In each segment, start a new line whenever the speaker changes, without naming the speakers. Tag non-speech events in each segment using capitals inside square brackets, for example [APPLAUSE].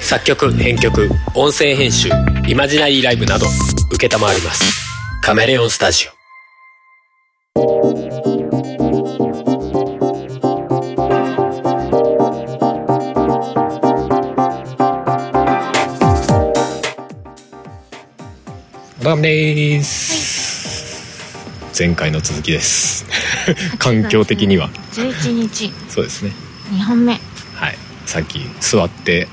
作曲編曲音声編集イマジナリーライブなど承りますカメレオンスタジオラムです、前回の続きです環境的には
11日
そうですね
2本目うん
はいさっき座って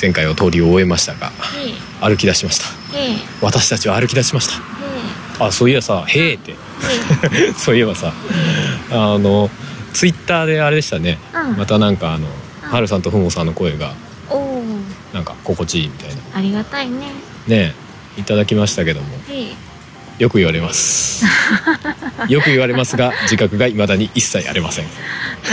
前回を通り終えましたが
へえ
歩き出しました
へえへ
私たちは歩き出しましたあそういやさ「へえ」って [LAUGHS]
えへ
そういえばさあのツイッターであれでしたね、
うん
またなんかあの、はるさんとふもさんの声が
えおお
なんか心地いいみたいな
ありがたいね
ねえいただきましたけども
へえ
よく言われます
[LAUGHS]
よく言われますが自覚がいまだに一切ありません
あ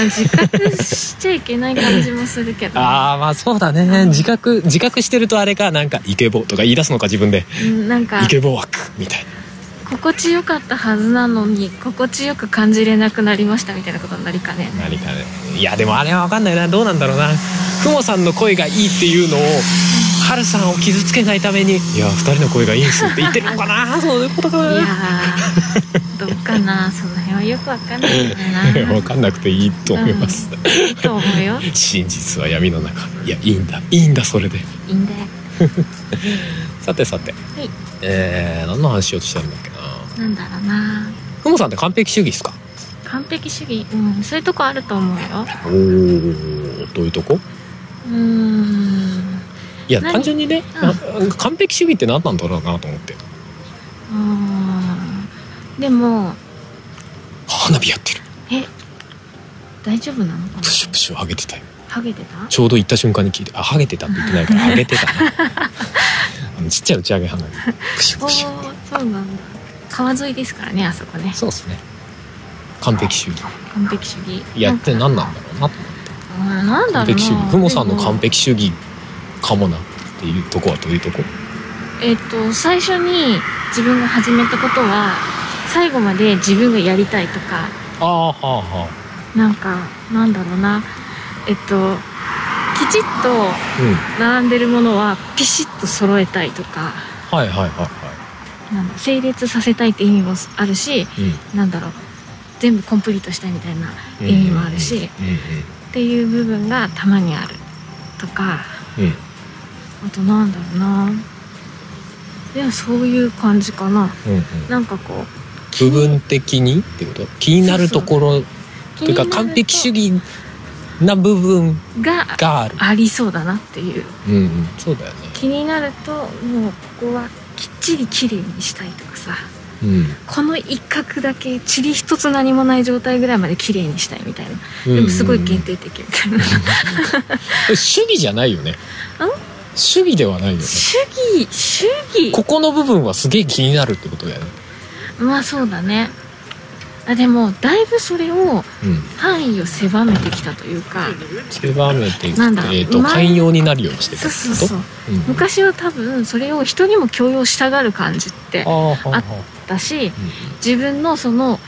自覚しちゃいけない感じもするけど
あーまあそうだね自覚自覚してるとあれかなんか「イケボ」とか言い出すのか自分で
うんな
「
んか
イケボ枠」みたいな
心地よかったはずなのに心地よく感じれなくなりましたみたいなことになりかね
何かねいやでもあれは分かんないなどうなんだろうなふもさんの声がいいっていうのをはるさんを傷つけないために「いや二人の声がいいんす」って言ってるのかなそういうことか
いや
な
ーどうかなその辺はよくわかんないんだよな
分かんなくていいと思います
うんいいと思うよ
真実は闇の中いやいいんだいいんだそれで
いいんだよ
さてさて
はい
えー、何の話しようとしてるんだっけな
なんだろうな
ふもさんって完璧主義っすか
完璧主義うんそういうとこあると思うよ
おーどういうとこ
うーん
いや
何
単純にね、
うん
あ完璧主義って何なんだろうなと思って
うーんでも
花火やってる
え大丈夫なのかな
プシュプシュ上げてたよ
ハゲてた
ちょうど行った瞬間に聞いて、あ、ハゲてたって言ってないから、ハゲてたな。あのちっちゃい打ち上げ花火。プシュ
おお
プシュ。
そうなんだ川沿いですからねあそこね
そうですね。完璧主義。
完璧主義
いやって
な
何なんだろうな。
うんなん
完
だろう
璧主
な
義。ふもさんの完
でも
璧主義かもなっていうとこはどういうとこ
えっ、と最初に自分が始めたことは最後まで自分がやりたいとか
ああ、はあ、は
なんかなんだろうなえっときちっと
あ。うん。
並んでるものはピシッと揃えたいとか
はいはいはいは
なんだ整列させたいって意味もあるし
い。うん。
なんだろう全部コンプリートしたいみたいな
うん
意味もあるし、
うん
っていう部分がたまにあるとか
うん。うん。
あとなんだろうなでもそういう感じかな
うんうん。
なんかこう
部分的にってこと気になるところっていうか、完璧主義な部分
が
がある。
ありそうだなっていう
うんうん。そうだよね。
気になるともうここはきっちりきれいにしたいとかさ
うん。
この一角だけ塵一つ何もない状態ぐらいまできれいにしたいみたいなでもすごい限定的みたいな
主義じゃないよね主義ではないよね
[LAUGHS] 主義主義
ここの部分はすげえ気になるってことだよね
まあそうだねあでもだいぶそれを
うん
範囲を狭めてきたというか
狭めていく
なんだ
えー、と
前
寛容になるようにしてた
そう
って
そう
こと
そう
うん
昔は多分それを人にも強要したがる感じって
あ
あっ
あはあはあ
たし自分のその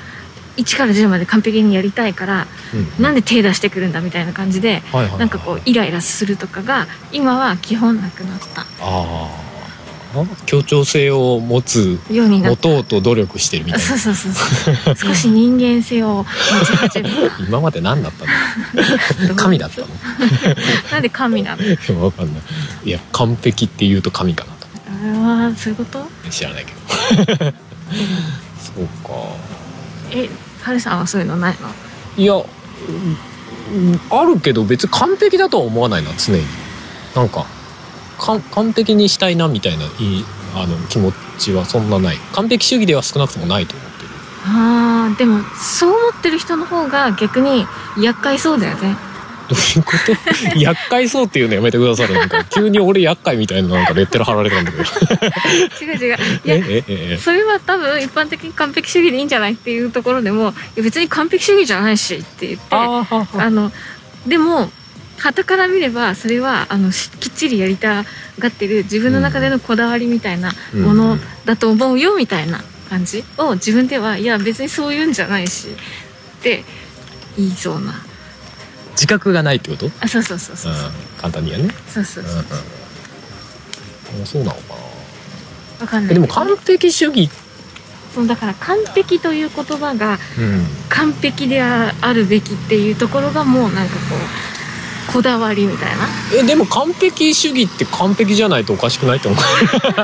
1から10まで完璧にやりたいから
うんうん
なんで手出してくるんだみたいな感じで
はいはいはい
なんかこうイライラするとかが今は基本なくなった
ああ協調性を持つ
ようにな
持
った
とうと努力してるみたいな
そうそうそうそう [LAUGHS] 少し人間性を持ち始め
今まで何だった
た [LAUGHS]
の神だったの
なんで神なの [LAUGHS]
[LAUGHS] わかんないいや完璧って言うと神かなと
ああそういうこと
知らないけど [LAUGHS] そうか
えはるさんはそういうのないの
いや、うんうんあるけど別に完璧だとは思わないな常になんかかん完璧にしたいなみたいないいあの気持ちはそんなない完璧主義では少なくともないと思ってる
ああでもそう思ってる人の方が逆に厄介そうだよね
どういうこと [LAUGHS] 厄介そうっていうのやめてくださいなんか急に俺厄介みたいななんかレッテル貼られたんだけど
違う違うい
え
や
えええ
それは多分一般的に完璧主義でいいんじゃないっていうところでもいや別に完璧主義じゃないしって言って
あ
あ
ーはは
のでも傍から見ればそれはあのしきっちりやりたがってる自分の中でのこだわりみたいな
うん
ものだと思うよみたいな感じを自分ではいや別にそういうんじゃないしって言いそうな
自覚がないってこと
あそうそうそうそうそう
うん簡単にはね、
そうそううんそう
うん、そうなのかな
わかんない
え
け
で
ど
も完璧主義、
そうだから完璧という言葉が
うん、
完璧であるべきっていうところがもうなんかこうこだわりみたいな
えでも完璧主義って完璧じゃないとおかしくないと思う
うんだからそ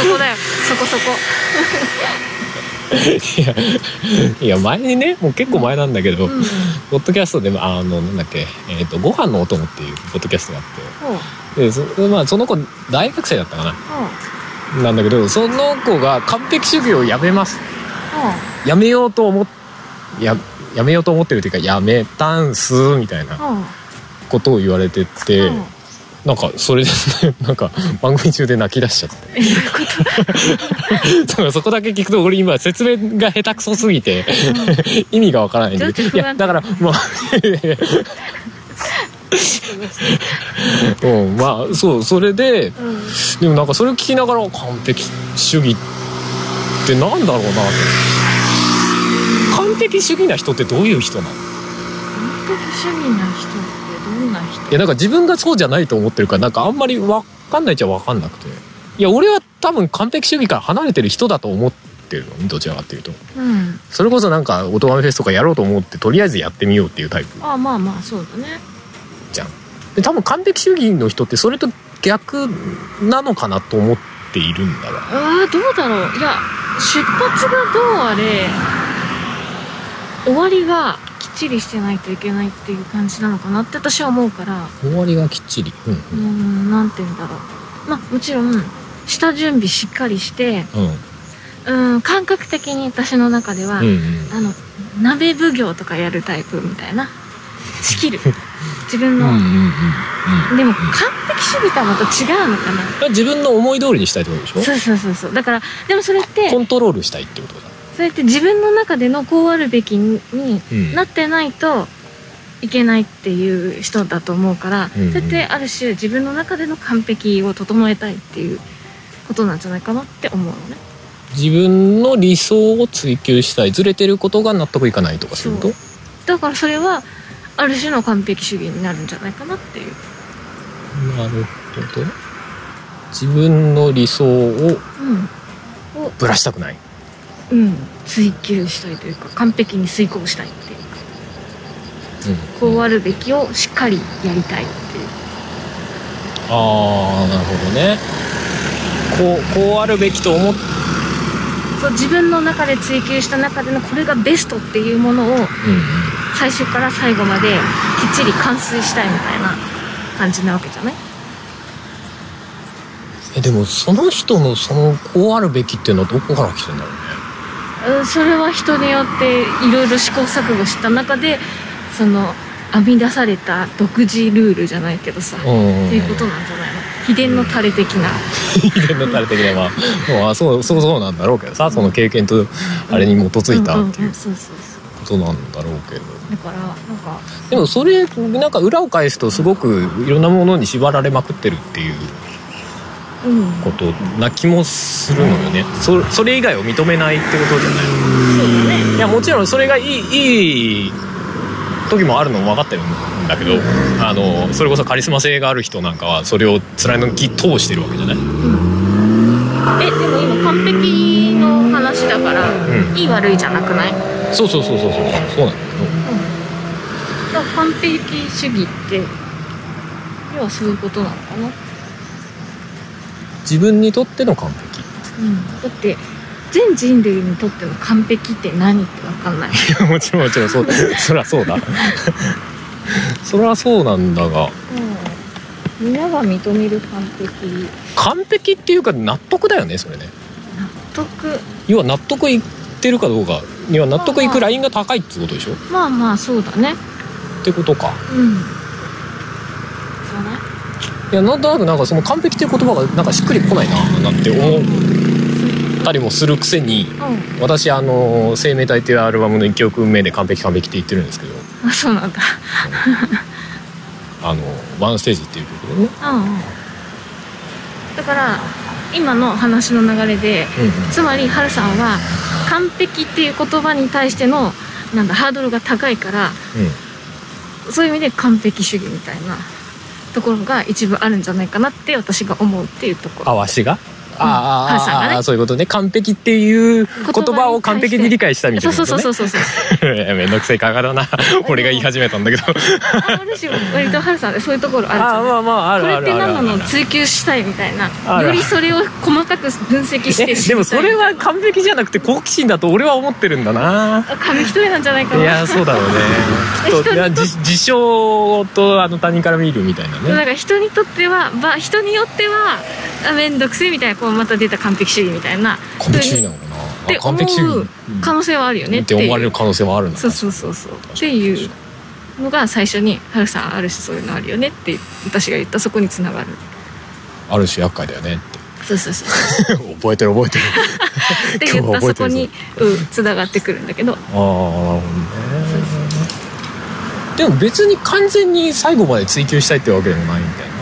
こだよそこそこ
いやいや前にねもう結構前なんだけど、
うん
ポッドキャストでもあのなんだっけ、えー、とご飯のお供っていうポッドキャストがあ
ほう
ってでそ,、まあ、その子大学生だったかな
ほう
なんだけどその子が完璧主義をやめます
ほう
やめようと思っややめようと思ってるっていうかやめたんすみたいな
ほう
ことを言われてて、
ほう
なんかそれで、ね、なんか番組中で泣き出しちゃって
えどうい
だから
うこと
そこだけ聞くと俺今説明が下手くそすぎて意味がわからないんだけ
ちょっ
ど
と
い
不安
やだからまあ [LAUGHS] うんまあそうそれで
うん
でもなんかそれを聞きながら完璧主義ってなんだろうなって完璧主義な人ってどういう人なの
完璧主義な人ってどんない人
やなんか自分がそうじゃないと思ってるからなんかあんまりわかんないっちゃわかんなくていや俺は多分完璧主義から離れてる人だと思ってるのねどちらかっていうと
うん
それこそなんかオトガメフェスとかやろうと思ってとりあえずやってみようっていうタイプ
ああまあまあそうだね
じゃんで多分完璧主義の人ってそれと逆なのかなと思っているんだが
ああどうだろういや出発がどうあれ終わりがきっちりしてないといけないっていう感じなのかなって私は思うから
終わりがきっちりう
うー
ん
んなんて言うんだろうまあもちろん下準備しっかりして
うん
うーん感覚的に私の中では、
うんうん
あの鍋奉行とかやるタイプみたいな仕
[LAUGHS]
切る自分
うんう
の、
んうんうん
でも完璧主義とはまた違うのかな
うん自分の思い通りにしたいってことでし
そ
ょ
うそうそうそうだからでもそれって
コントロールしたいってことだ
それって自分の中でのこうあるべきに
うん
なってないといけないっていう人だと思うから、
うんうん
そうやってある種自分の中での完璧を整えたいっていうことなんじゃないかなって思うのね
自分の理想を追求したいずれてることが納得いかないとかすると
そだからそれはある種の完璧主義になるんじゃないかなっていう
なるほど自分の理想を
うんを、
ぶらしたくない
うん、追求したいというか完璧に遂行したいっていうかこうあるべきをしっかりやりたいっていう
ああなるほどねこうこうあるべきと思って、
そう自分の中で追求した中でのこれがベストっていうものを最初から最後まできっちり完遂したいみたいな感じなわけじゃない
えでもその人のそのこうあるべきっていうのはどこから来てんだろうね
うんそれは人によっていろいろ試行錯誤した中でその編み出された独自ルールじゃないけどさ、
うん
っていうことなんじゃないの秘伝のタレ的な、
遺伝の垂れ的には、まあ、そうそうそうなんだろうけどさその経験とあれに基づいたって
ん
い
ん
うん
そうそうそう
ことなんだろうけど
だからなんか
でもそれなんか裏を返すとすごくいろんなものに縛られまくってるっていう
うん
ことな気もするのよねそそれ以外を認めないってことじゃない
そうだね
いやもちろんそれがいいいい時もあるのも分かってるんだけどあのそれこそカリスマ性がある人なんかはそれを貫き通してるわけじゃない、うん、
えでも今完璧の話だから、
ん
いい悪いじゃなくない、うん、
そうそうそうそうそうそうなんだ
だから完璧主義って要はそういうことなのかな、
けど自分にとっての完璧
うん、だって全人類にとっての完璧って何って分かんない
いやもちろんもちろんそうだそりゃそう [LAUGHS] だそりゃそうなんだが
うん皆が認める完璧
完璧っていうか納得だよねそれね
納得
要は納得いってるかどうかには納得いくラインが高いってことでしょ
まあまあそうだね
ってことか
うんそうね
いやなんとなくなんかその完璧っていう言葉がなんかしっくりこないななんて思ったりもするくせに
う
私あの「生命体」っていうアルバムの1曲目で「完璧完璧」って言ってるんですけど
んあそうなんだ
「あのワンステージ」っていう曲でね、
うんうんだから今の話の流れでつまりハルさんは完璧っていう言葉に対してのなんだハードルが高いから
うんうん
そういう意味で完璧主義みたいなところが一部あるんじゃないかなって私が思うっていうところ
あわしがあ
ハル
あ、
さん
あ
がね
ああそういうことね完璧っていう言葉を完璧に理解したみた
そ
いうな
そ
こ
う
と
そう
ね
そうそうそ
[LAUGHS]
う
めんどくせえかがだ
[LAUGHS]
な俺が言い始めたんだけど
あある種割とハルさんってそういうところあるじ
あ
ゃ
あ
ない
まあまああ
こ
る
れ
あ
っ
る
て
あるあ
何
る
なの追求したいみたいな
ある
よりそれを細かく分析し
[LAUGHS]
て
え
知りたい
でもそれは完璧じゃなくて好奇心だと俺は思ってるんだな
あ紙一重なんじゃないか
い
な
やそうだろうねきっ
[LAUGHS] 人
と
に
いやじ自称とあの他人から見るみたいな
だか
ね
ら人にとっては、ば人によってはあ面倒くせえみたいなこうまた出た完璧主義みたいな
完璧主義な
っ
のかな
て
あ完璧主
思
義
う可能性はあるよ
う
ね
ん
っ
ってて
いう
思われる可能性はあるな
そうそうそうそうっていうのが最初に「ハルさんある種そういうのあるよね」って私が言ったそこにつながる
ある種厄介だよねって
そうそうそう
覚えてる覚えてる
って言った
今日は覚えて
そこ
るぞ
にうんつながってくるんだけど
ああなるほどねでも別に完全に最後まで追求したいってわけでもないみたいな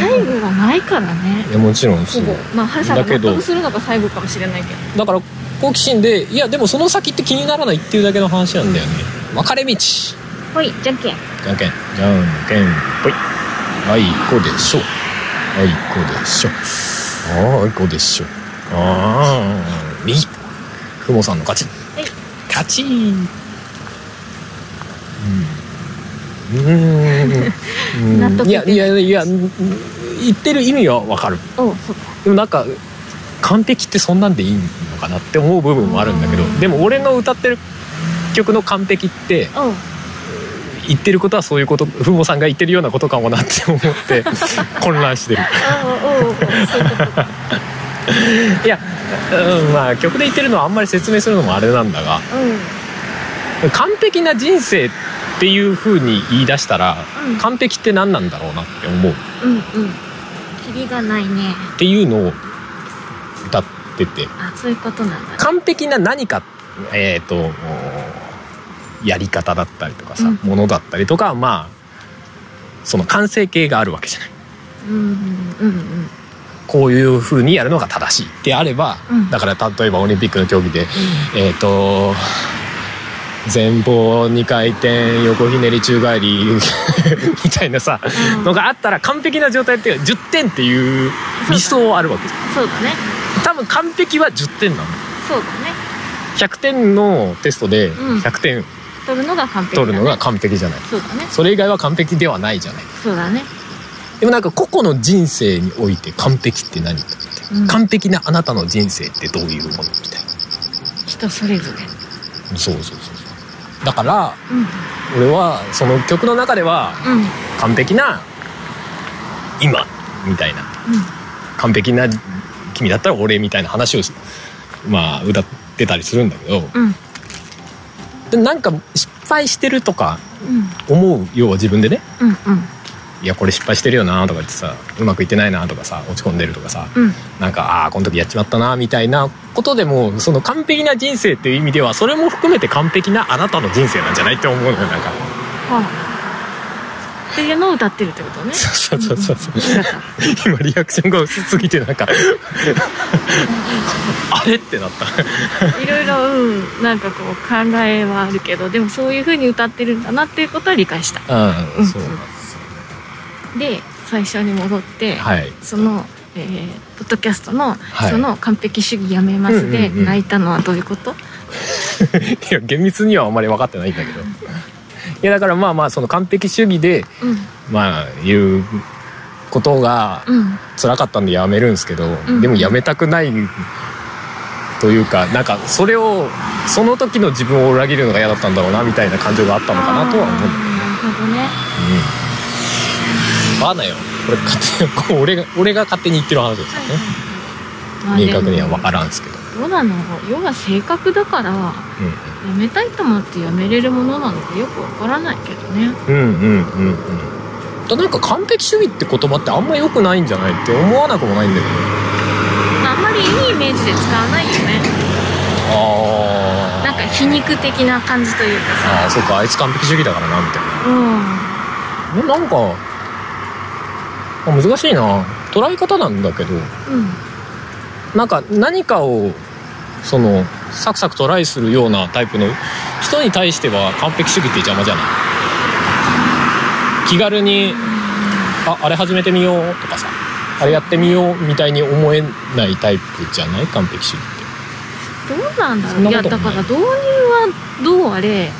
最後はないからね
いやもちろん
ほ
そう
ぼまあハルさんが
だけ
納
ど
得するのが最後かもしれないけど
だから好奇心でいやでもその先って気にならないっていうだけの話なんだよね分かれ道じ
ほいじゃんけん
ゃんけんじゃんけんぽいあいこでしょあいこでしょあいこでしょああ右ふもさんの勝ち
はい
勝ちうんうーん
納得
うんいやいやいやうん言ってる意味は分かる
おうそうか
でもなんか完璧ってそんなんでいいのかなって思う部分もあるんだけど
うん
でも俺の歌ってる曲の「完璧」って
おう
言ってることはそういうことふもさんが言ってるようなことかもなって思って混乱してる
あおうおうおうそういうことか
いや、うん、まあ曲で言ってるのはあんまり説明するのもあれなんだが
うん
完璧な人生っていう風に言い出したら
うん
完璧って何なんだろうなって思うっ
うんうんキリがないね
ていうのを歌ってて
あそういうことなんだね
完璧な何かえっ、とやり方だったりとかさ、
うん
ものだったりとかまあその完成形があるわけじゃない
うんうんうん
こういう風にやるのが正しいであれば、
うん
だから例えばオリンピックの競技でえっ、と前方2回転横ひねり宙返
[LAUGHS]
りみたいなさ
うん
のがあったら完璧な状態っていうか10点っていう理想はあるわけです
そうだね
多分完璧は10点なの
そうだね
100点のテストで
うん
100点
取るのが完璧だ、ね、
取るのが完璧じゃない
そうだね
それ以外は完璧ではないじゃない
そうだね
でもなんか個々の人生において完璧って何とかって、
うん
完璧なあなたの人生ってどういうものみたい
人それぞれ
なそうそうそうそうだから
うん
俺はその曲の中では
うんうん
完璧な今みたいな完璧な君だったら俺みたいな話をしまあ歌ってたりするんだけど
うん
でなんか失敗してるとか
うん
思う要は自分でね
うんうん
いやこれ失敗してるよなとか言ってさうまくいってないなとかさ落ち込んでるとかさ
うん
なんかああーこの時やっちまったなみたいなことでもその完璧な人生っていう意味ではそれも含めて完璧なあなたの人生なんじゃないって思うのよなんか [LAUGHS]
はあっていうのを歌ってるってことね
そうそうそうそう
うんうんだから
[LAUGHS] 今リアクションが薄すぎてなんか [LAUGHS] あれってなった
いろいろうんなんかこう考えはあるけどでもそういう風に歌ってるんだなっていうことは理解した
うんん
そうなんで最初に戻って、
はい
その、えーポッドキャストの、
はい
その完璧主義やめますで、
うんうんうん
泣いたのはどういうこと
いや厳密にはあんまり分かってないんだけどいやだからまあまあその完璧主義で
うん
まあいうことが
うん
辛かったんでやめるんですけど、
うん
でもやめたくないというかなんかそれをその時の自分を裏切るのが嫌だったんだろうなみたいな感情があったのかなとは思う
あーなるほどね
うんバーナよこれ勝手にこう俺が俺が勝手に言ってる話ですよね、
まあ
明確には分か
で
らんですけど、
もどうなの要は性格だからやめたいと思ってやめれるものなのかよくわからないけどね
うん、うんうんうんうんだなんか完璧主義って言葉ってあんま良くないんじゃないって思わなくもないんだけど
あんまりいいイメージで使わないよね
あー
なんか皮肉的な感じというか
あー
さ
そっかあいつ完璧主義だからなみたいな
うん
ねなんかあ難しいな捉え方なんだけど
うん
なんか何かをそのサクサクトライするようなタイプの人に対しては完璧主義って邪魔じゃない気軽にああれ始めてみようとかさあれやってみようみたいに思えないタイプじゃない完璧主義って。
どうなんだ
そ
ろ
んな
う
いこ
や
と
だ
もない
から導入はどうあれ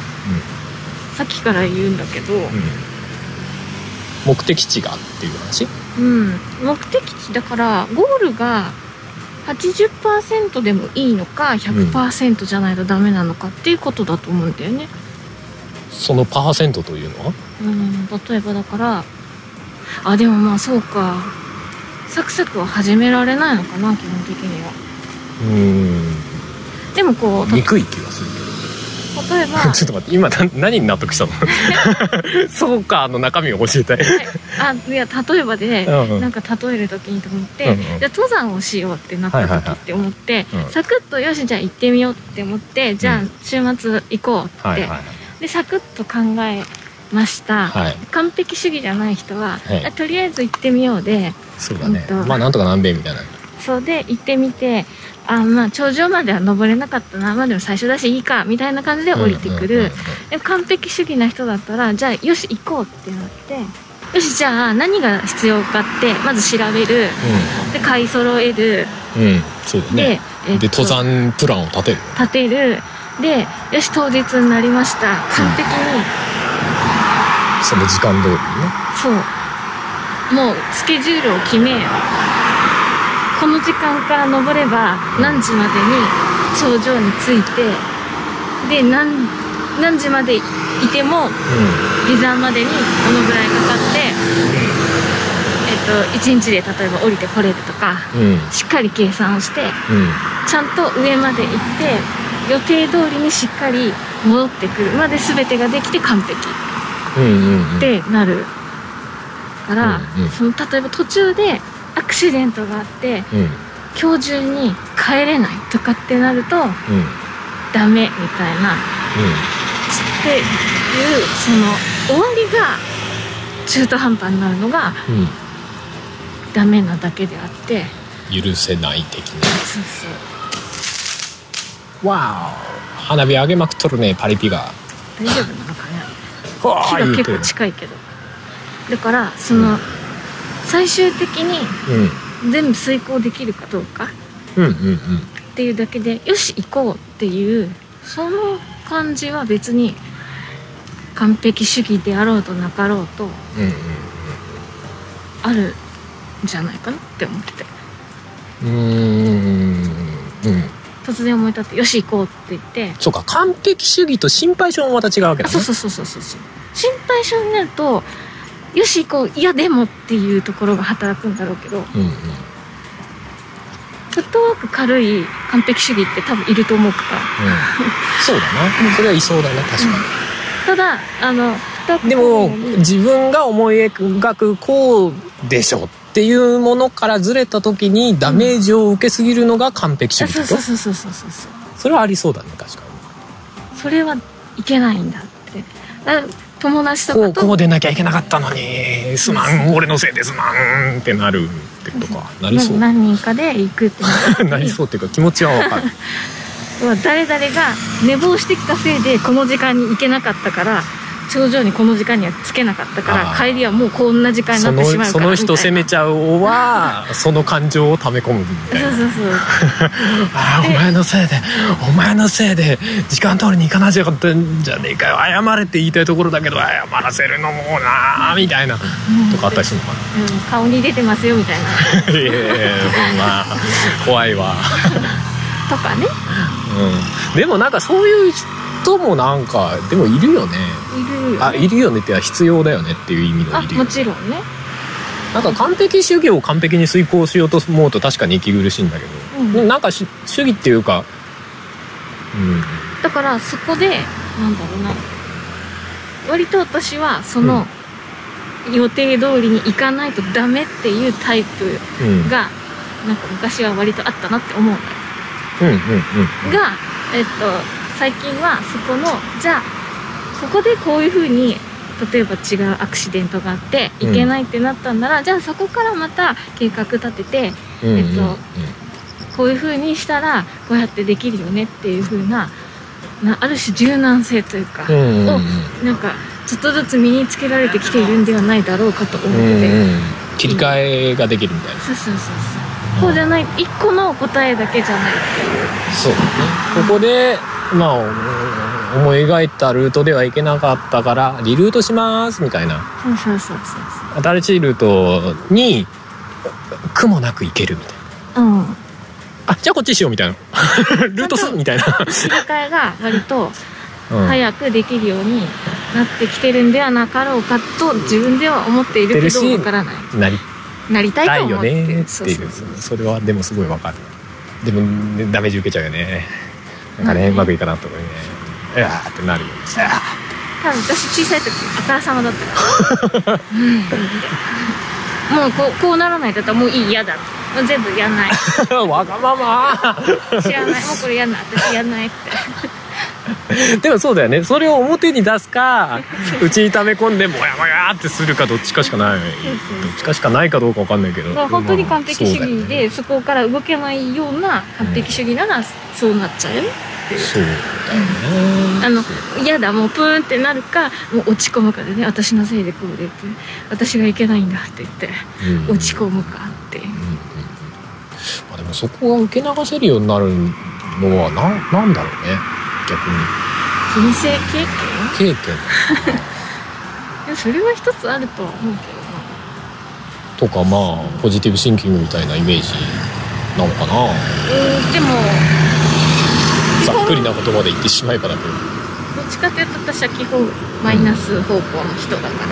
さっきから言うんだけど、
うん目的地がっていう話
うん、目的地だからゴールが80%でもいいのか100%じゃないとダメなのかっていうことだと思うんだよね。
そのパーセントというのは
うん、例えばだからあでもまあそうかサクサクは始められないのかな基本的には。
うーん
でもこうた例え
憎い気がするけど [LAUGHS]
ば、
ちょっと待って今な何に納得 [LAUGHS] したのそうかの中身を教えたい、
はいあいや例えばで、
うんうん
なんか例える時にと思って、
うんうん
じゃあ登山をしようってなった
はいはいは
時
い
って思って、
うん
サクッとよしじゃあ行ってみようって思ってじゃあ
う
週末行こうって、
はいはい
でサクッと考えました、
はい
完璧主義じゃない人は、
はい
あとりあえず行ってみようで
そうだね、
うんと
まあなんとかなんべえみたいな
そうで行ってみてあまあ頂上までは登れなかったなまあでも最初だしいいかみたいな感じで降りてくる、
うんうんうんうん
でも完璧主義な人だったらじゃあよし行こうってなってよしじゃあ何が必要かってまず調べるで買い揃える、
うん、うんそうだね
で,、えっと
で登山プランを立てる
立てるでよし当日になりました完璧に、
その時間通りにね
そうもうスケジュールを決めこの時間から登れば何時までに頂上に着いてで何何時までいても下山までにこのぐらいかかって、えっと、1日で例えば降りてこれるとか
うんうん
しっかり計算をして
うん
ちゃんと上まで行って予定通りにしっかり戻ってくるまで全てができて完璧。
うんうんうん
ってなるから、
うんうん
その例えば途中でアクシデントがあって
うん
今日中に帰れないとかってなると
うんうん
ダメみたいなっていうその終わりが中途半端になるのが
うん
ダメなだけであって
許せない的な
そうそう
わお花火上げまくっとるねパリピが
大丈夫なのかね
わ
木
あ
が
言う
結
て
構
る
近いけどだからその、
うん
最終的に
うん
全部遂行できるかどうか
うんうんうん
っていうだけでよし行こうっていうその感じは別に完璧主義であろうとなかろうと
うん
あるんじゃないかなって思ってて
うんうーんうん
突然思い立ってよし行こうって言って
そうか完璧主義と心配性もまた違うわけ
あ
だ
そう
ね
そうそうそうそうそう心配性になるとよし行こういやでもっていうところが働くんだろうけどフ
うんうん
ットワーク軽い完璧主義って多分いると思うから
そうだな、それはいそうだな確か
ただあのフットワーク
に、で
軽い
も
のに
自分が思い描くこうでしょっていうものからずれた時にダメージを受けすぎるのが完璧主
あ
義
そう
って
そ
こ
う
と
そうそうそうそうそう
それはありそうだね確かに
それはいけないんだってだ友達と
こ
か
うことうでなきゃいけなかったのにすまん俺のせいですまんってなるってことかなりそう
何人かで行くってなった時に
[LAUGHS] なりそうっていうか気持ちはわかる
まあ誰々が寝坊してきたせいでこの時間に行けなかったから頂上にこの時間にはつけなかったから
あー
帰りはもうこんな時間にな
そ
って
の
しまう
そ
から
の
みたいな
人責めちゃうはその感情を溜め込むみたい
そう
な
そうそう
ああお前のせいでお前のせいで時間通りに行かなきゃよかったんじゃねえかよ謝れって言いたいところだけど謝らせるのもなあみたいなとかあったりするのか
うん顔に出てますよみたいな
な [LAUGHS] いやいやいやほんま怖いわ。
とかね
うん、でもなんかそういう人もなんかでもいるよね
いるよね
あいるよねって必要だよねっていう意味の
あ
いるよ
も
ね
ちろんね
なんか完璧主義を完璧に遂行しようと思うと確かに息苦しいんだけど、
うん
なんかし主義っていうかうん
だからそこでなんだろうな割と私はその、予定通りに行かないとダメっていうタイプ
うん
がなんか昔は割とあったなって思うのよ
うんうん
が、えっと、最近はそこのじゃあここでこういうふうに例えば違うアクシデントがあって
うん
行けないってなったんなら、じゃあそこからまた計画立てて
うんうんうん
えっとこういうふうにしたらこうやってできるよねっていうふうななある種柔軟性というか、
うんうんうんうん
なんかちょっとずつ身につけられてきているんではないだろうかと思って、
うん切り替えができるみたいな、
そうそうそうそうこうじゃない一個の答えだけじゃない
そうだねここでまあ思い描いたルートではいけなかったからリルートしますみたいな
そうそうそうそう
新しいルートに苦もなく行けるみたいな
そううん
あじゃあこっちしようみたいな [LAUGHS] ルートすみたいな、
切り替えが割と
うん、や
早くできるようになってきてるんではなかろうかと自分では思っているけど
うん
わからない
なり
なりた
た
いと
い
思
よ
って
ねっていう
そ
そう
そうそう
れはでもすごいわかるでも、ねダメージ受けちゃうよねなんかね、う
うん
まくいかなかったとこにねうわーってなるよね
多分私小さい時あからさまだった
[LAUGHS]
から、うん、みたいなもうこうこうならないだったらもういい嫌だもう全部やんない
あー [LAUGHS] わがまま
知らないもうこれやんない私やんないって
でもそうだよねそれを表に出すか内に溜め込んでもやもやーってするかどっちかしかない
そうそう
どっちかしかないかどうかわかんないけど
だから本当に完璧主義
まあ
でそこから動けないような完璧主義ならそうなっちゃうよ
そうだよね
あの
そう
嫌だもうプーンってなるかもう落ち込むかでね私のせいでこうでって私がいけないんだって言って
うん
落ち込むかっていう
うんうんうんまあ、でもそこが受け流せるようになるのはなんなんだろうね逆に
人生経験
経験
でもそれは一つあるとは思うけどな
とかまあポジティブシンキングみたいなイメージなのかな
うんでも
ざっくりな言葉で言ってしまえばだけど
どっちかというと私は基本マイナス方向の人だからこ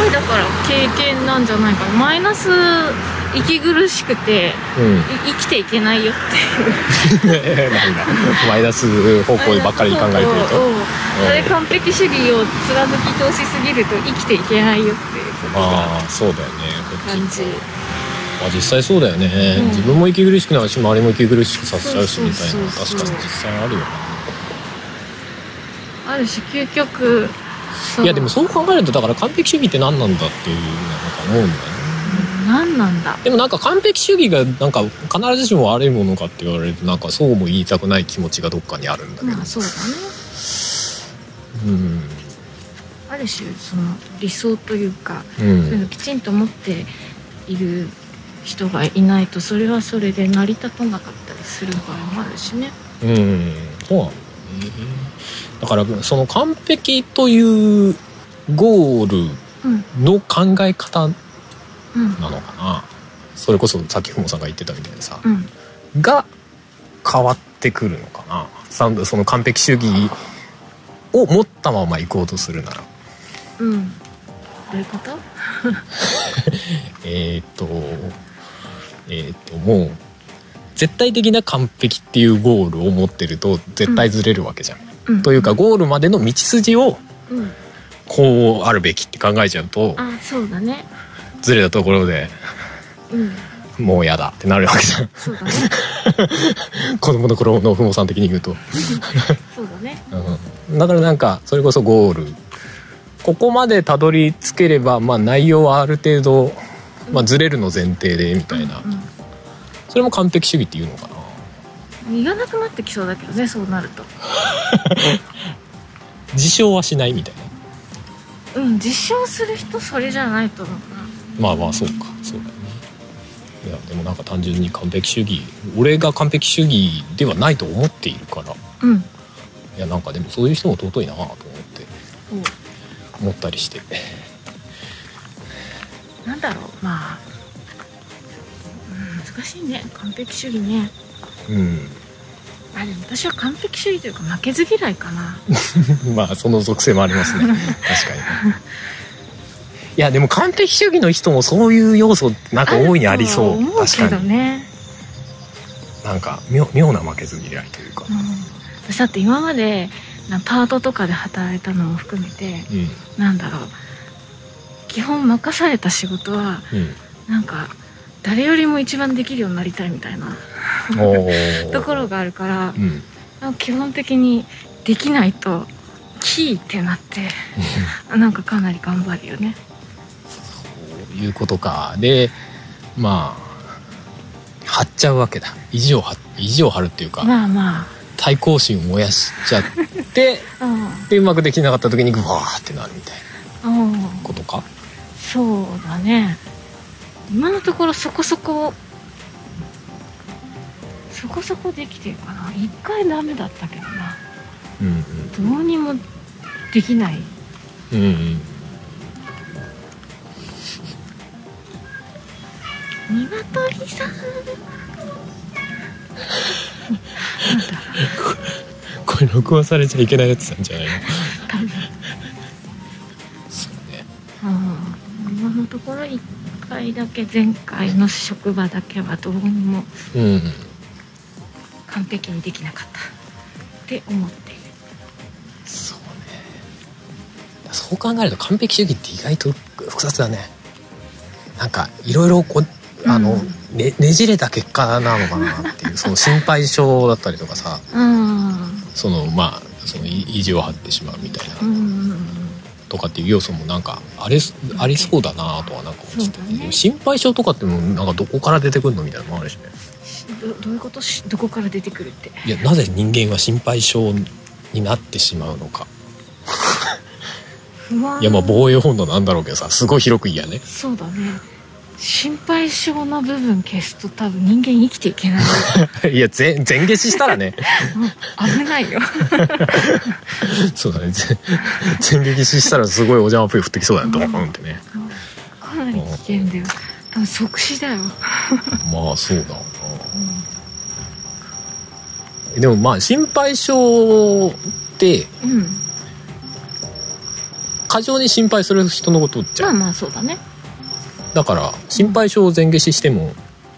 う
れだから経験なんじゃないかなマイナス息苦しくて
んうんうん [LAUGHS]
い生きていけないよっていう
なんだマイナス方向ばっかり考えてると
うんそれ完璧主義を貫き通しすぎると生きていけないよっていうことが
まあそうだよね
感じ
まあ、実際そうだよね、
うん
自分も息苦しくなるし周りも息苦しくさせちゃうし
そう
みた
そう
い
そう
な確
そう
かに実際あるよな
あるし究極その
いやでもそう考えるとだから完璧主義って何なんだっていうのか思うんだよね
何なんだ
でもなんか完璧主義がなんか必ずしも悪いものかって言われるとなんかそうも言いたくない気持ちがどっかにあるんだけど、
まあそうだね
うん
ある種その理想というか
う
そういうの
ん
きちんと持っている人がいないとそれはそれで成り立たなかったりする場合もあるしね。
うんそうなんだよねだからその完璧というゴー
うん
ルの考え方
うん
なのかなそれこそさっきふもさんが言ってたみたいなさ、
うん
が変わってくるのかなさんその完璧主義を持ったまま行こうとするなら
うん。どういうこと？
えーっとえーっともう絶対的な完璧っていうゴールを持ってると絶対ずれるわけじゃん、
うん、
というか、ゴールまでの道筋を
うん、
こうあるべきって考えちゃうと
あそうだね。
ずれたところで
うん
もうやだってなるわけじゃん
そうだね。
子供の頃の父母さん的に言うと。
そうだね。
うんだからなんかそれこそゴールここまでたどり着ければ、まあ、内容はある程度、まあ、ずれるの前提でみたいな
う、
それも完璧主義っていうのかなん
言わなくなってきそうだけどねそうなると。
自称はしないみたいな
うん実証する人それじゃないと思うな。
まあまあそうかそうだよねいやでもなんか単純に完璧主義俺が完璧主義ではないと思っているからい
うん。
やなんかでもそういう人も尊いなと思って思ったりして
なんだろうまあ、うん、難しいね完璧主義ね。
う
あでも私は完璧主義というか負けず嫌いかな。
ん [LAUGHS] まあその属性もあります
[LAUGHS]
ね確かにいやでも完璧主義の人もそういう要素なんか大いにありそ
る
う
とは思うけ
確か
ど
に
ね、
なんか妙妙な負けず嫌いというか
うん、私だって今までなパートとかで働いたのも含めて
うん
なんだろう基本任された仕事はなんか誰よりも一番できるようになりたいみたいな [LAUGHS]
うんおー
ところがあるから
うん
なんか基本的にできないとキーってなってなんかかなり頑張るよね。
そういうことかでまあ張っちゃうわけだ意地を張意地を張るっていうか、
まあまあ
対抗心を燃やしちゃって
[LAUGHS] うん
でうまくできなかった時にグワーってなるみたい
うん
なことか
そうだね今のところそこそこそこそこできてるかな一回ダメだったけどな
うん
どうにもできない
うんうんうん
鶏さん
これ録音されちゃいけないやつなんじゃないの
多分
そうね
[LAUGHS] うん今のところ一回だけ前回の職場だけはどうにも
うんうん
完璧にできなかったって思っている
そうねそう考えると完璧主義って意外と複雑だねなんかいろいろこうあの、
うん
ねねじれた結果なのかなっていうその心配性だったりとかさ
うん
そのまあそのい意地を張ってしまうみたいな、
うん
とかっていう要素もなんかあれありそうだなとはなんか思ってて、
そうだね
でも心配性とかってもうなんかどこから出てくるのみたいなのもあるしね
どどういうことしどこから出てくるって
いやなぜ人間は心配性になってしまうのか
不安
いやまあ防衛本能なんだろうけどさすごい広く言いやね
そうだね心配性な部分消すと多分人間生きてい [LAUGHS] けない
[LAUGHS] いや全全消ししたら [LAUGHS] ね
うん危ないよ
そうだね全全撃死したらすごいお邪魔ぷい降ってきそうだねドーンってね
かなり危険だよ多分即死だよ、
まあそうだな
う
でもまあ心配性って
ん、うん、
過剰に心配する人のことじ
ま
ゃ
あ
ん
まあそうだね
だから心配性を全消ししても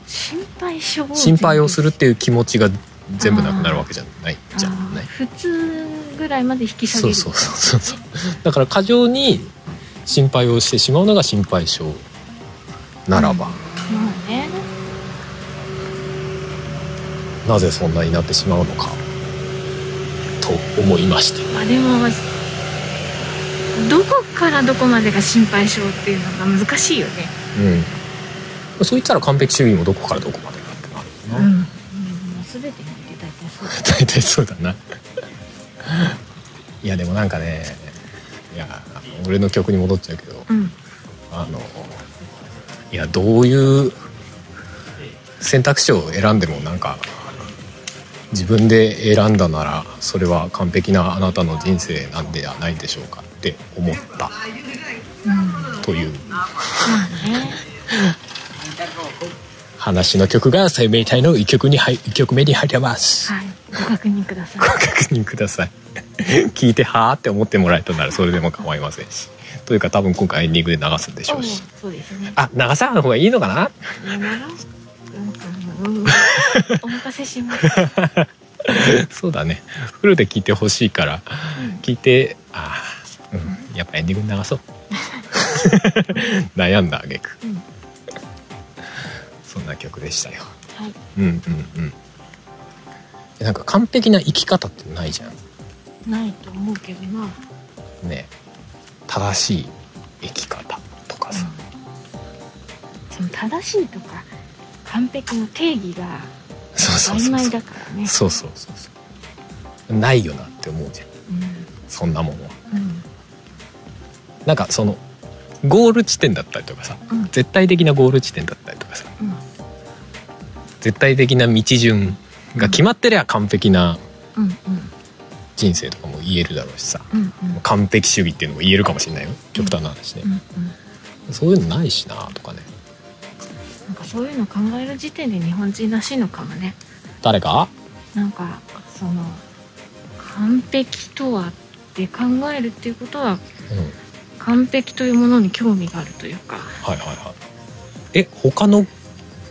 心配性
心配をす
る
るっていう気持ちが全部なくなるわけじゃないじゃない
普通ぐらいまで引き下げ
そう
る
そうそうそうだから過剰に心配をしてしまうのが心配性ならば、
まあね
なぜそんなになってしまうのかと思いまして
まあでもどこからどこまでが心配性っていうのが難しいよね
うんそう言ったら完璧主義もどこからどこまでかってな
う
るよな、
ん、うん、全てにおいて大体そうだ
大体そうだな [LAUGHS] いやでもなんかねいや俺の曲に戻っちゃうけど
うん
あのいやどういう選択肢を選んでもなんか自分で選んだならそれは完璧なあなたの人生なんではないでしょうかって思った
うん
という
まあね
話の曲が生命体の一曲に入一曲目に入ります。
はいご確認ください
ご確認ください。 [LAUGHS] 聞いてはーって思ってもらえたならそれでも構いませんし。というか多分今回エンディングで流すんでしょうし。
おうそうですね
あ、流さない方がいいのかな [LAUGHS]
うんうんうんうんお任せします、
そうだね。フルで聞いてほしいから、
う
聞いて、あーうん、やっぱエンディングに流そう。 [LAUGHS] 悩んだあげく。
んうん、
そんな曲でしたよ。
はい
うんうんうん。なんか完璧な生き方ってないじゃん。
ないと思うけどな、
ね正しい生き方とかさ、
その正しいとか完璧の定義が
そうそう
曖
そう
昧
そ
だ
う
からね
そうそうそうそうないよなって思うじゃんそんなものは
うんうん
なんかそのゴール地点だったりとかさ
うん
絶対的なゴール地点だったりとかさ
うん
絶対的な道順が決まってりゃ完璧な
うんうん
人生とかも言えるだろうしさ
うんうん
完璧主義っていうのも言えるかもしれないよ極端な話ね
う、んうん
そういうのないしなとかね
なんかそういうの考える時点で日本人らしいのかもね
誰か
なんかその完璧とはって考えるっていうことは
うん
完璧というものに興味があるというか
はいはいはいえ他の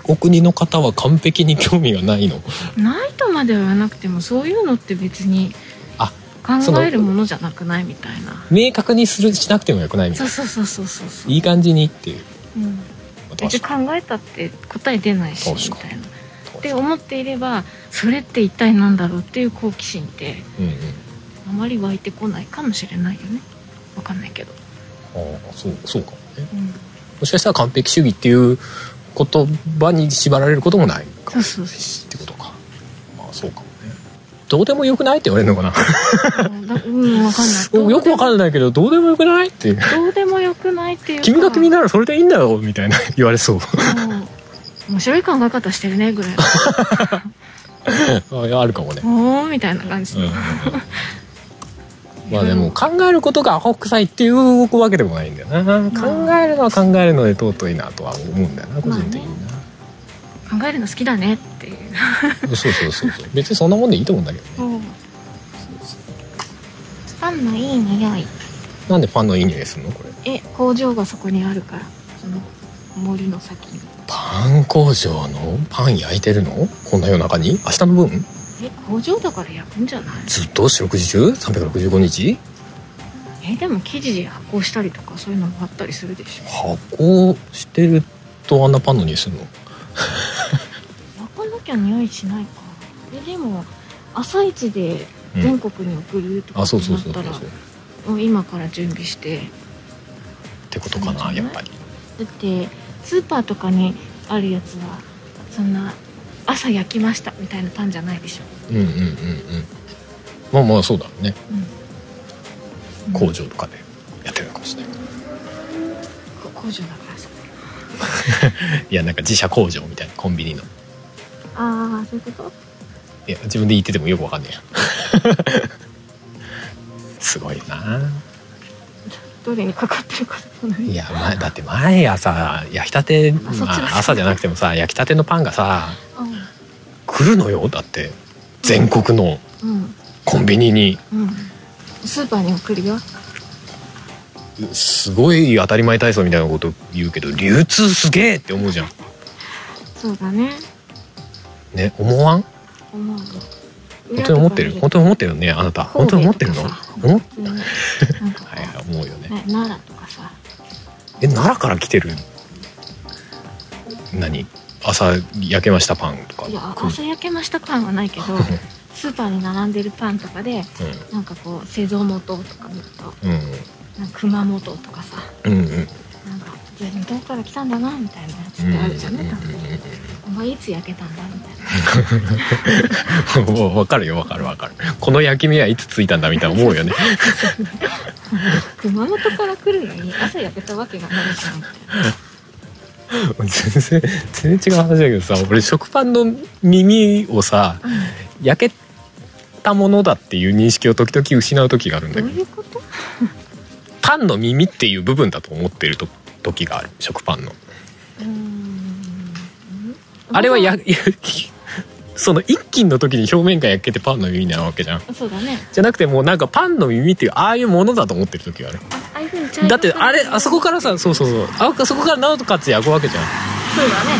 お国の方は完璧に興味がないの
ないとまでは言わなくてもそういうのって別に
あそ
考
の
えるものじゃなくないみたいな
[LAUGHS] 明確にするしなくてもよくないみたい
そ
うな
そうそうそうそうそう
いい感じにっていう
うん、別に考えたって答え出ないしみ
確か
たいなっ
確
て
か
思っていればそれって一体何だろうっていう好奇心って
うんうん
あまり湧いてこないかもしれないよねわかんないけど、
ああそうそうかもね
うん、
もしかしたら完璧主義っていう言葉に縛られることもないか
そ
もしれ
うそう
ないしってことかまあそうかもねどうでもよくないって言われるのかな
だ
[LAUGHS]
うんわかんないどう
よくわかんないけどどうでもよくないっていう
どうでもよくないっていうか
君が君ならそれでいいんだよみたいな言われそう
うん面白い考え方してるねぐらい
[LAUGHS] あいやあるかもね、
おおみたいな感じ
うんうん
で、
うんまあでも考えることがアホ臭いっていうわけでもないんだよな、考えるのは考えるので尊いなとは思うんだよな個人的にな、
考えるの好きだねっていう、
そうそうそうそう別にそんなもんでいいと思うんだけどね
パンのいい匂い
なんでパンのいい匂いするのこれ
え工場がそこにあるからその森の先に
パン工場のパン焼いてるのこんな夜中に明日の分
え工場だから焼くんじゃない
ずっと四六時中365日
えでも生地で発酵したりとかそういうのもあったりするでしょ
発酵してるとあんなパンの匂いするの
焼かなきゃ匂いしないかえでも朝一で全国に送るとか
あ
って
そうそ
な
う
っ
そうそう
たら
そうっ
もう今から準備して
てことかなやっぱり
だってスーパーとかにあるやつはそんな朝焼きましたみたいなパンじゃないでしょ、
うんうんうんうんまあまあそうだろうね
うん、
工場とかでやってるのかもしれない
こ工場だからさ
いやなんか自社工場みたいなコンビニの
ああそういうこと
いや自分で言っててもよくわかんねえや [LAUGHS] すごいな
どれにかかってるかとか
いや、ま、だって前朝焼きたて、ま
そっちの
あ、朝じゃなくてもさ焼きたてのパンがさ
う
来るのよだって全国の
んうん
コンビニに
うんスーパーに送るよ
すごい当たり前体操みたいなこと言うけど流通すげえって思うじゃん
そうだね
ね思わん
思うよ
本当に思ってる本当に思ってるよねあなた本当に思ってるの思っ
うんなんかこ
はいはい思うよ
う
ね
ね奈良とかさ
え奈良から来てる何朝焼けましたパンとか
いや
来る
朝焼けましたパンはないけどスーパーに並んでるパンとかでなんかこう製造元とか見ると
うんうん
なんか熊本とかさ
うんうん
なんか全どこから来たんだなみたいなやつってあるじゃんね、多分お前いつ焼けたんだみたいな
も [LAUGHS] う分かるよ分かる分かるこの焼き目はいつついたんだみたいな思うよね
熊本から来るのに朝焼けたわけがないじゃんみたいな
全然全然違う話だけどさ俺食パンの耳をさ焼けたものだっていう認識を時々失う時があるんだ
ど
け
う
ど
いうこと
パンの耳っていう部分だと思ってると時がある食パンの
うーん
あれはや [LAUGHS] その一斤の時に表面が焼けてパンの耳なわけじゃん
そうだね
じゃなくてもうなんかパンの耳っていうああいうものだと思ってる時がある
あああいうふうに茶色い
だってあれあそこからさそうそうそうああそこからなおかつ焼くわけじゃん
そうだね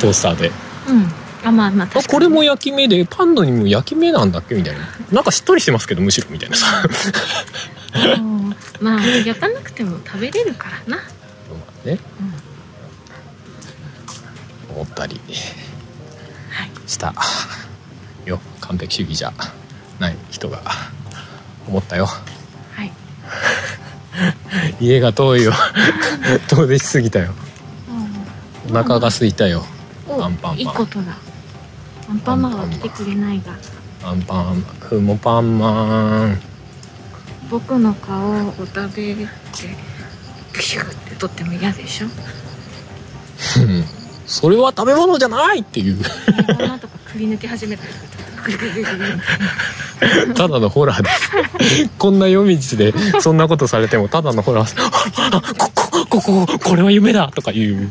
トースターで
うんあまあまあ
あ
確か
こ
に
れも焼き目でパンのにも焼き目なんだっけみたいななんかしっとりしてますけどむしろみたいなさ [LAUGHS]
うんまあ焼かなくても食べれるからな
まあね
うん
思ったり
はい
したよ完璧主義じゃない人が思ったよ
はい
家が遠いよ遠出しすぎたよ
う
お
ん
腹が空いたよ
お
アンパンマン
いいことだアンパンマンは来てくれないが
アンパンくもパンマン
僕の顔をお食べってピシュッて取っても嫌でしょ
うんそれは食べ物じゃないっていう [LAUGHS]
目玉とかくり抜け始めたりくるくるくるくるくる
ただのホラーです [LAUGHS] こんな夜道でそんなことされてもただのホラーですああこここここれは夢だとかいう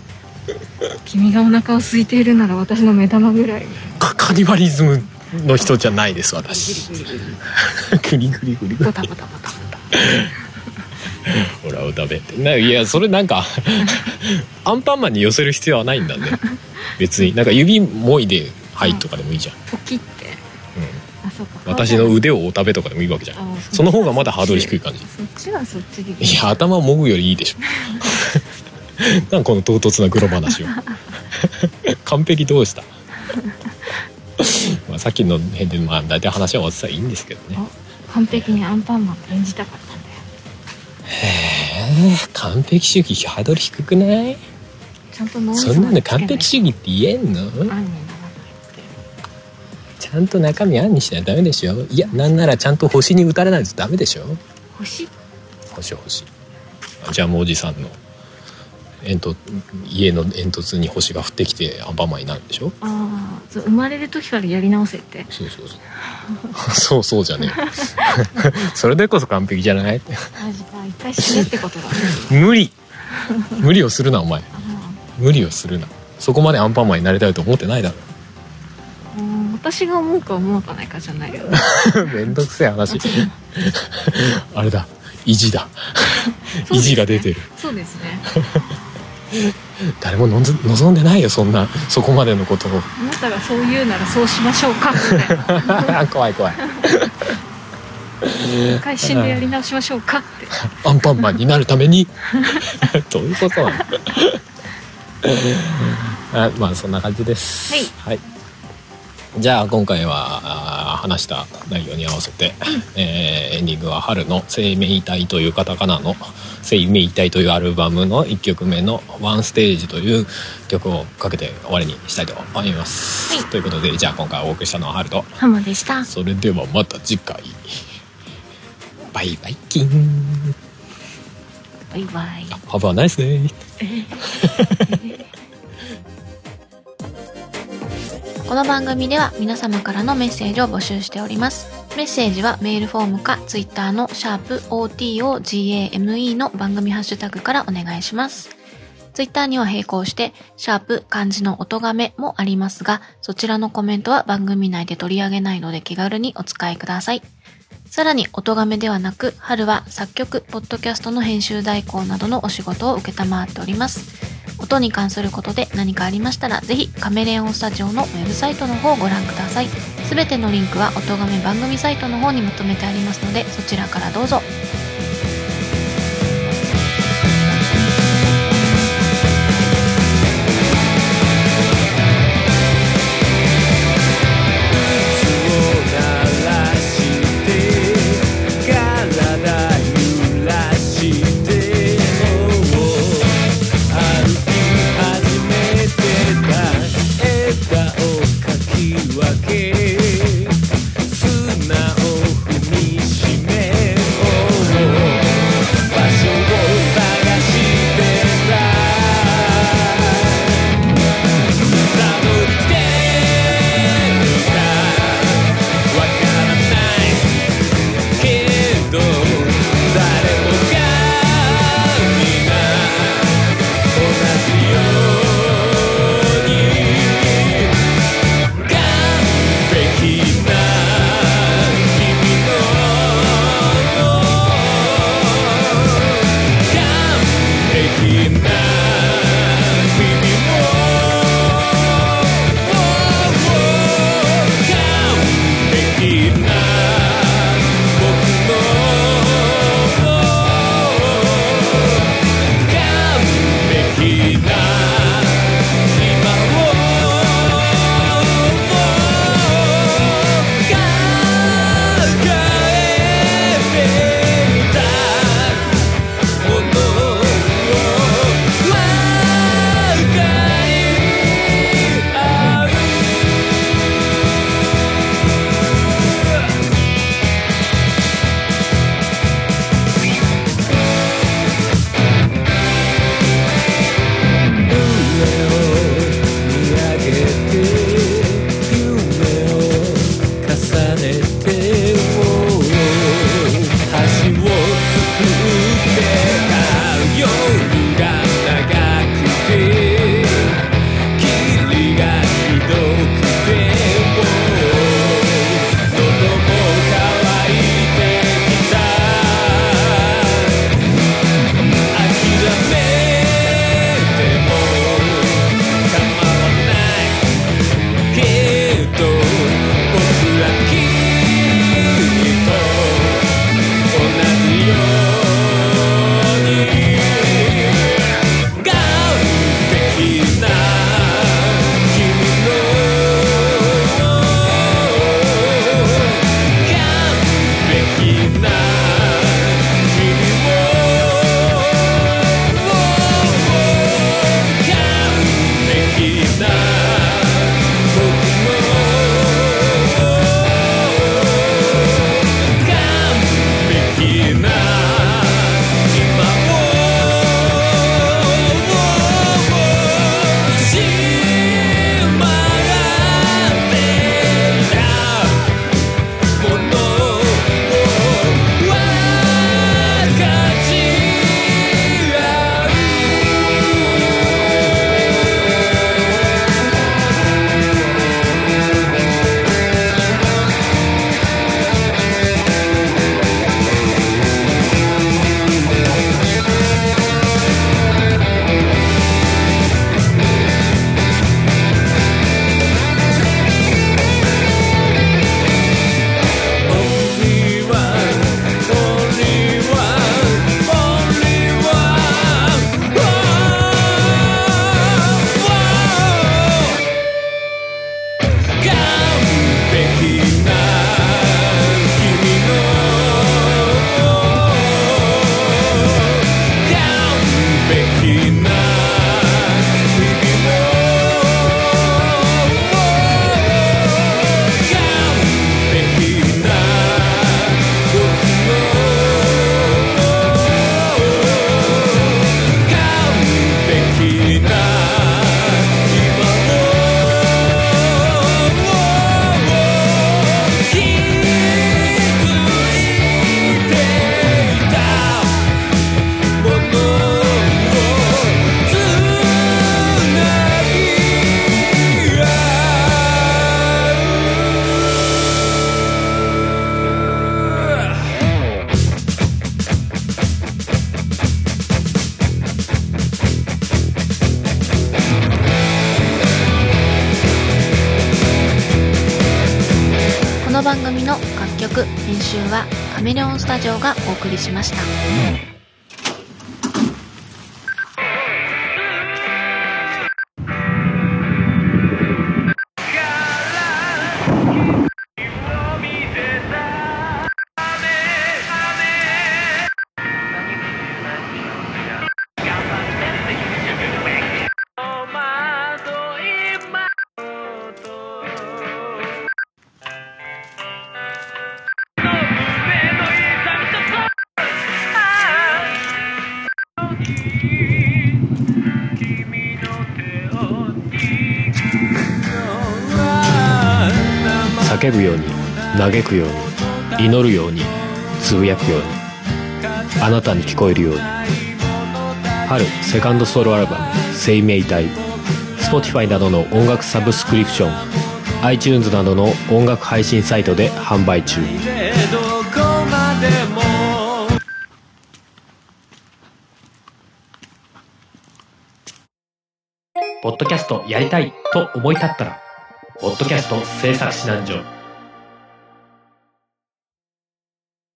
君がお腹を空いているなら私の目玉ぐらい
カカニバリズムの人じゃないです私グリグリグリグリ
ポタポタポタポタ
ほらを食べてないやそれなんかアンパンマンに寄せる必要はないんだね別になんか指もいで「はい」とかでもいいじゃん、
ポキって
うん、
あそうか
私の腕をお食べとかでもいいわけじゃん
あ
その方がまだハードル低い感じ
そっちはそっちで
いや頭もぐよりいい
[LAUGHS]
でしょなんかこの唐突なグロ話を完璧どうした
[LAUGHS]
まあさっきの辺でまあ大体話は終わってたらいいんですけどね
お完璧にアンパンマンを演じたかったんだよ
へえ完璧主義ハードル低くない
ちゃんと脳みそ
そんなの
につけい
完璧主義って言えんの
案にならない
じちゃんと中身あんにしないとダメでしょいやなんならちゃんと星に打たれないとダメでしょ
星
星星あジャムおじさんの煙突家の煙突に星が降ってきてアンパンマンになるんでしょ
ああ生まれる時からやり直せって
そうそうそう [LAUGHS] そうそうじゃねえ [LAUGHS] それでこそ完璧じゃな
あ
い
じゃあ一回死ねってことだね
無理無理をするなお前
あ
無理をするなそこまでアンパンマンになりたいと思ってないだ
ーうん私が思うか思わないかじゃないよ
[LAUGHS] ろ [LAUGHS] めんどくせえ話 [LAUGHS] あれだ意地だ意地が出てる
そうですね
誰ものず望んでないよそんなそこまでの [LAUGHS] ことを
あなたがそう言うならそうしましょうかみたいな
怖い怖い
一回死んでやり直しましょうかって
アンパンマンになるために [LAUGHS] どういうこと [LAUGHS] なのあまあそんな感じですはい、じゃあ今回はあー話した内容に合わせて、えーエンディングは春の「生命体」というカタカナの「生命体」というアルバムの1曲目の「ワンステージ」という曲をかけて終わりにしたいと思います、
はい
ということでじゃあ今回お送りしたのは春と
ハマでした
それではまた次回バイバイキン
バイバイ
Have a nice day.
この番組では皆様からのメッセージを募集しております。メッセージはメールフォームか Twitter のシャープ o t o g a m e の番組ハッシュタグからお願いします。Twitter には並行して、シャープ漢字の音めもありますが、そちらのコメントは番組内で取り上げないので気軽にお使いください。さらに、音めではなく、春は作曲、ポッドキャストの編集代行などのお仕事を受けたまわっております。音に関することで何かありましたら、ぜひカメレオンスタジオのウェブサイトの方をご覧ください。すべてのリンクは音亀番組サイトの方にまとめてありますので、そちらからどうぞ。
「体揺らしてもう歩き始めてた枝をかき分け」「砂を踏みしめもう」
の番組の楽曲編集はカメレオンスタジオがお送りしました
叫ぶように嘆くように祈るようにつぶやくようにあなたに聞こえるように春セカンドソロアルバム「生命体」Spotify などの音楽サブスクリプション iTunes などの音楽配信サイトで販売中
でどこまでも
ポッドキャストやりたいと思い立ったら「ポッドキャスト制作指南所」